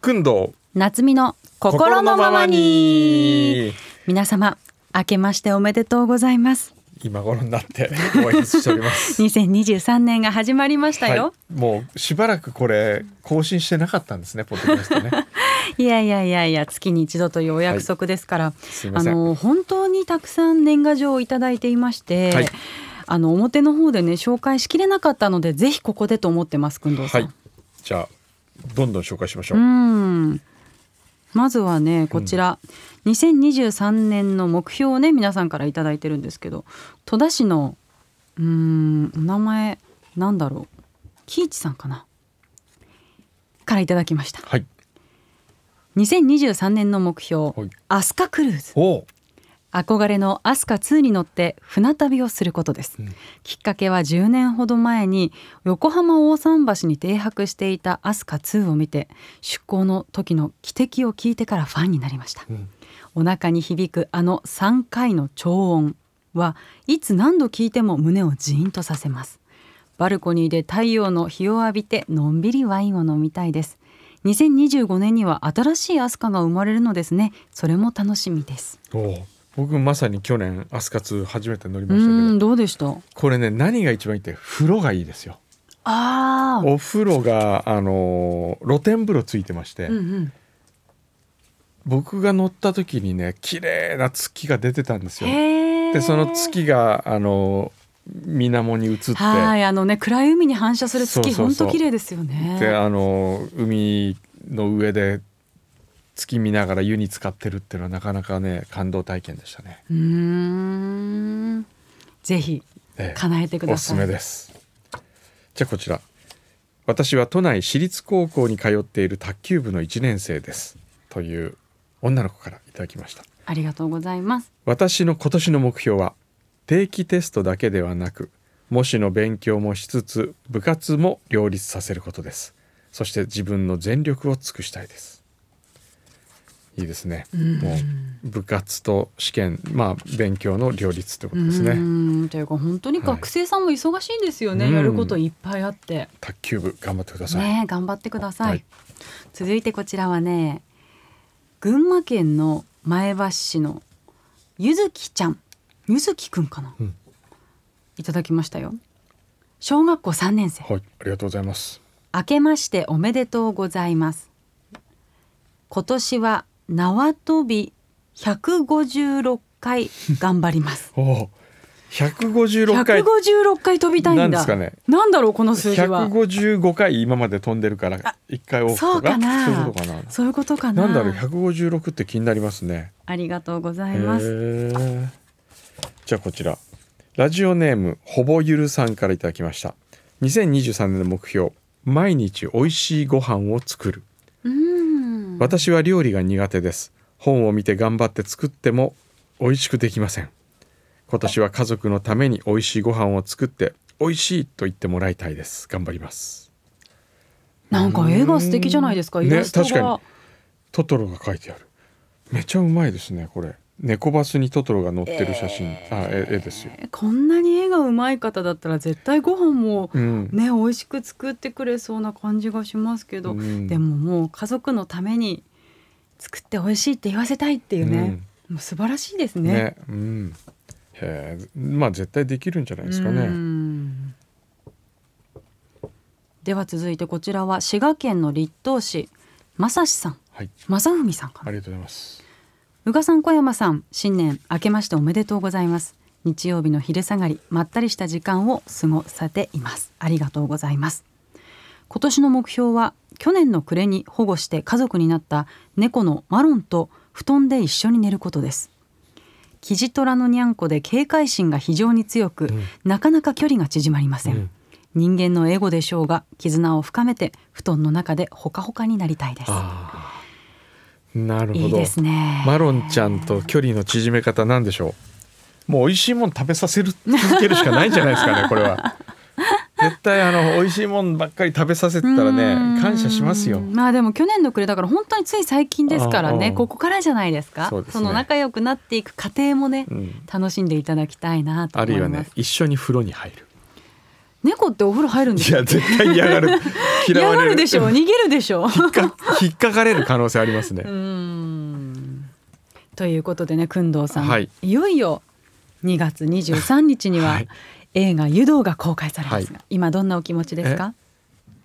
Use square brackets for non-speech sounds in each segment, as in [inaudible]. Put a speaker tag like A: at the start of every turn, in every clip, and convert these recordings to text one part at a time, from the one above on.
A: くんど
B: 夏美の心のままに皆様明けましておめでとうございます
A: 今頃になってご挨拶しておりま
B: [laughs]
A: す
B: 2023年が始まりましたよ、
A: はい、もうしばらくこれ更新してなかったんですねポッドキャスト
B: [laughs]
A: ね
B: い、やいやいやいや月に一度というお約束ですから、
A: すいま
B: あ
A: せん
B: の本当にたくさん年賀状をいただいていまして、
A: はい
B: あの表の方でね紹介しきれなかったのでぜひここでと思ってますくんどうさ
A: は
B: ん、
A: いじゃあどんどん紹介しましょ
B: う
A: う、
B: んまずはねこちら、2023年の目標をね皆さんから頂いいてるんですけど戸田市のうーんお名前なんだろう喜一さんかなからいただきました
A: はい
B: 2023年の目標
A: はい
B: アスカクルーズ
A: おお
B: 憧れのアスカ2に乗って船旅をすることです、
A: うん
B: きっかけは10年ほど前に横浜大桟橋に停泊していたアスカ2を見て出港の時の汽笛を聞いてからファンになりました
A: うん
B: お腹に響くあの3回の超音はいつ何度聞いても胸をジーンとさせますバルコニーで太陽の日を浴びてのんびりワインを飲みたいです2025年には新しいアスカが生まれるのですねそれも楽しみです
A: おお僕まさに去年アスカツ初めて乗り
B: う
A: ましたけ
B: ーん
A: ど
B: どうでした
A: これね何が一番いいって風呂がいいですよ
B: ああ、
A: お風呂があのー露天風呂ついてまして、
B: うんうん、
A: 僕が乗った時にね綺麗な月が出てたんですよ
B: へえ。
A: でその月があの水面に映って
B: はい、あのね、暗い海に反射する
A: そう
B: 月、
A: そう
B: 本
A: そう
B: 当綺麗ですよね。
A: であの海の上で月見ながら湯に浸かってるっていうのはなかなかね感動体験でしたね。
B: うーん、ぜひ
A: ええ
B: 叶えてください。
A: おすすめですじゃあこちら私は都内私立高校に通っている卓球部の1年生ですという女の子からいただきました
B: ありがとうございます。
A: 私の今年の目標は定期テストだけではなく模試の勉強もしつつ部活も両立させることですそして自分の全力を尽くしたいですいいですね、もう部活と試験まあ勉強の両立ってこ
B: う
A: とですね、
B: ーんというか本当に学生さんも忙しいんですよね、
A: はい
B: やることいっぱいあって、
A: 卓球部頑張ってください、
B: ね頑張ってください、
A: はい
B: 続いてこちらはね群馬県の前橋市のゆずきちゃんゆずきくんかな、
A: うん
B: いただきましたよ小学校3年生
A: はいありがとうございます
B: 明けましておめでとうございます今年は縄跳び156回頑張ります
A: おお156回
B: 156回飛びたいんだ
A: なんですかね
B: なんだろうこの数字は
A: 155回今まで飛んでるから1回多く
B: そうかな
A: そういうことかな
B: そういうことかな
A: なんだろう156って気になりますね。
B: ありがとうござ
A: へ
B: います、
A: ーじゃあこちらラジオネームほぼゆるさんからいただきました。2023年の目標毎日美味しいご飯を作る。
B: うーん
A: 私は料理が苦手です。本を見て頑張って作っても美味しくできません。今年は家族のために美味しいご飯を作って美味しいと言ってもらいたいです。頑張ります。
B: なんか絵が素敵じゃないですか
A: ね
B: イラストが、
A: 確かトトロが書いてある。めちゃうまいですねこれ。猫バスにトトロが乗ってる写真、あ絵絵ですよ。
B: えこんなに絵がうまい方だったら絶対ご飯も
A: うん。
B: ね美味しく作ってくれそうな感じがしますけど、
A: うん
B: でももう家族のために作って美味しいって言わせたいっていうね、もう素晴らしいです
A: ね
B: ね。
A: うん。へえまあ絶対できるんじゃないですか
B: う
A: ね。
B: んでは続いてこちらは滋賀県の立東市正志さん
A: はい
B: 正文さんか
A: あ
B: な
A: りがとうございます。
B: 宇賀さん小山さん新年明けましておめでとうございます日曜日の昼下がりまったりした時間を過ごされていますありがとうございます今年の目標は去年の暮れに保護して家族になった猫のマロンと布団で一緒に寝ることですキジトラのニャンコで警戒心が非常に強く、
A: ん
B: なかなか距離が縮まりません、
A: うん
B: 人間のエゴでしょうが絆を深めて布団の中でほかほかになりたいです
A: ああ。なるほど。
B: いいですね
A: マロンちゃんと距離の縮め方なんでしょう。もう美味しいもん食べさせる続けるしかないんじゃないですかねこれは。絶対あの美味しいもんばっかり食べさせてたら
B: うん
A: ね感謝しますよ。
B: まあでも去年の暮れだから本当につい最近ですから
A: うんう
B: ね
A: ん
B: ここからじゃないですか
A: そうですね
B: の仲良くなっていく過程もね、
A: うん
B: 楽しんでいただきたいなと
A: あ
B: 思
A: るい
B: い
A: は
B: ま
A: ね
B: す
A: 一緒に風呂に入る。
B: 猫ってお風呂入るんです
A: い
B: か
A: や絶対嫌が
B: [laughs]
A: る嫌
B: 嫌
A: わ
B: が
A: れる
B: るでし
A: [laughs]
B: ょう逃げるでしょう
A: 引っか引っかかれる可能性ありますね
B: うーんということでね工藤さん、
A: はいい、
B: よいよ2月23日には、
A: はい
B: 映画「湯道」が公開されますが、今どんなお気持ちですか、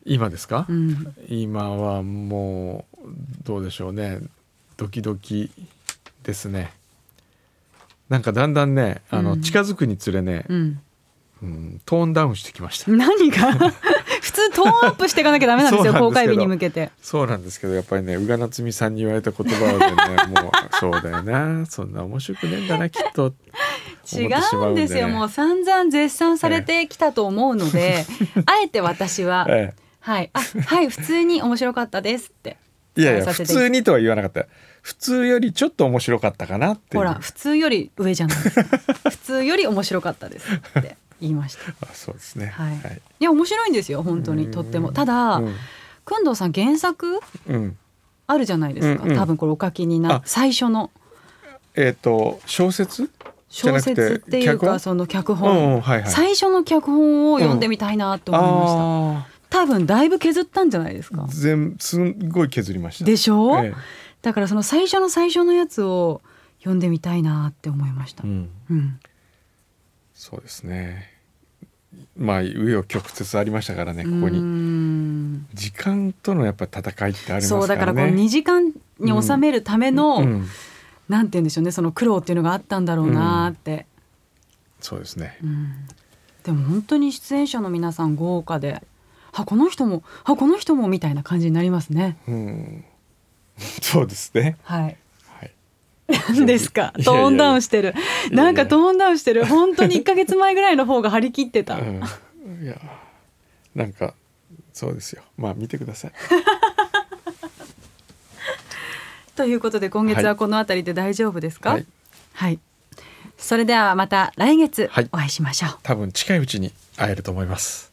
A: 今ですか、
B: うん、
A: 今はもうどうでしょうねドキドキですねなんかだんだんねあの、
B: うん
A: 近づくにつれね、
B: うん、
A: うん、トーンダウンしてきました、
B: 何が [laughs] 普通トーンアップしていかなきゃダメなんですよ
A: そうなんですけど
B: 公開日に向けて
A: そうなんですけどやっぱりね宇賀なつみさんに言われた言葉はね
B: [laughs]
A: もうそうだよなそんな面白くねえんだなきっと思
B: 違
A: ってしま、
B: うんですよもう散々絶賛されてきたと思うので、あえて私は
A: え
B: はいあはい普通に面白かったですって
A: え、いやいや
B: させ
A: 普
B: て
A: 通にとは言わなかった普通よりちょっと面白かったかなっていう
B: ほら普通より上
A: [laughs]
B: じゃないですか普通より面白かったですって言いました
A: あそうですね
B: はいいや面白いんですよ本当にとってもただ、
A: うん
B: くんどうさん原作
A: うん
B: あるじゃないですか、
A: うんうん
B: 多分これお書きにな
A: あ
B: 最初の
A: えっ、と小説
B: 小説ってい
A: じゃな
B: う
A: くて脚
B: か
A: 本
B: その脚
A: うん
B: 本、
A: うんはいはい
B: 最初の脚本を読んでみたいなと思いました、
A: あ
B: 多分だいぶ削ったんじゃないです
A: あ
B: か
A: ー全すんごい削りました
B: でしょ、
A: ええ
B: だからその最初の最初のやつを読んでみたいなって思いました、う
A: うんん、そうですねまあ紆余曲折ありましたからねここ
B: うー
A: に
B: ん
A: 時間とのやっぱ戦いってありますからね
B: そうだからこの2時間に収めるため
A: う
B: の、
A: ん
B: なんて言うんでしょうねその苦労っていうのがあったんだろうなーって、
A: そうですね
B: うんでも本当に出演者の皆さん豪華であこの人もあこの人もみたいな感じになりますね
A: うん [laughs] そうですね
B: はい
A: はい
B: 何ですか
A: いやいや
B: トーンダウンしてる
A: いや
B: なんかトーンダウンしてる本当に1ヶ月前ぐらいの方が張り切ってた、
A: うん、いやなんかそうですよまあ見てください
B: ということで今月はこの辺りで大丈夫ですかは
A: はいい、
B: それではまた来月
A: はい
B: お会いしましょう、
A: 多分近いうちに会えると思います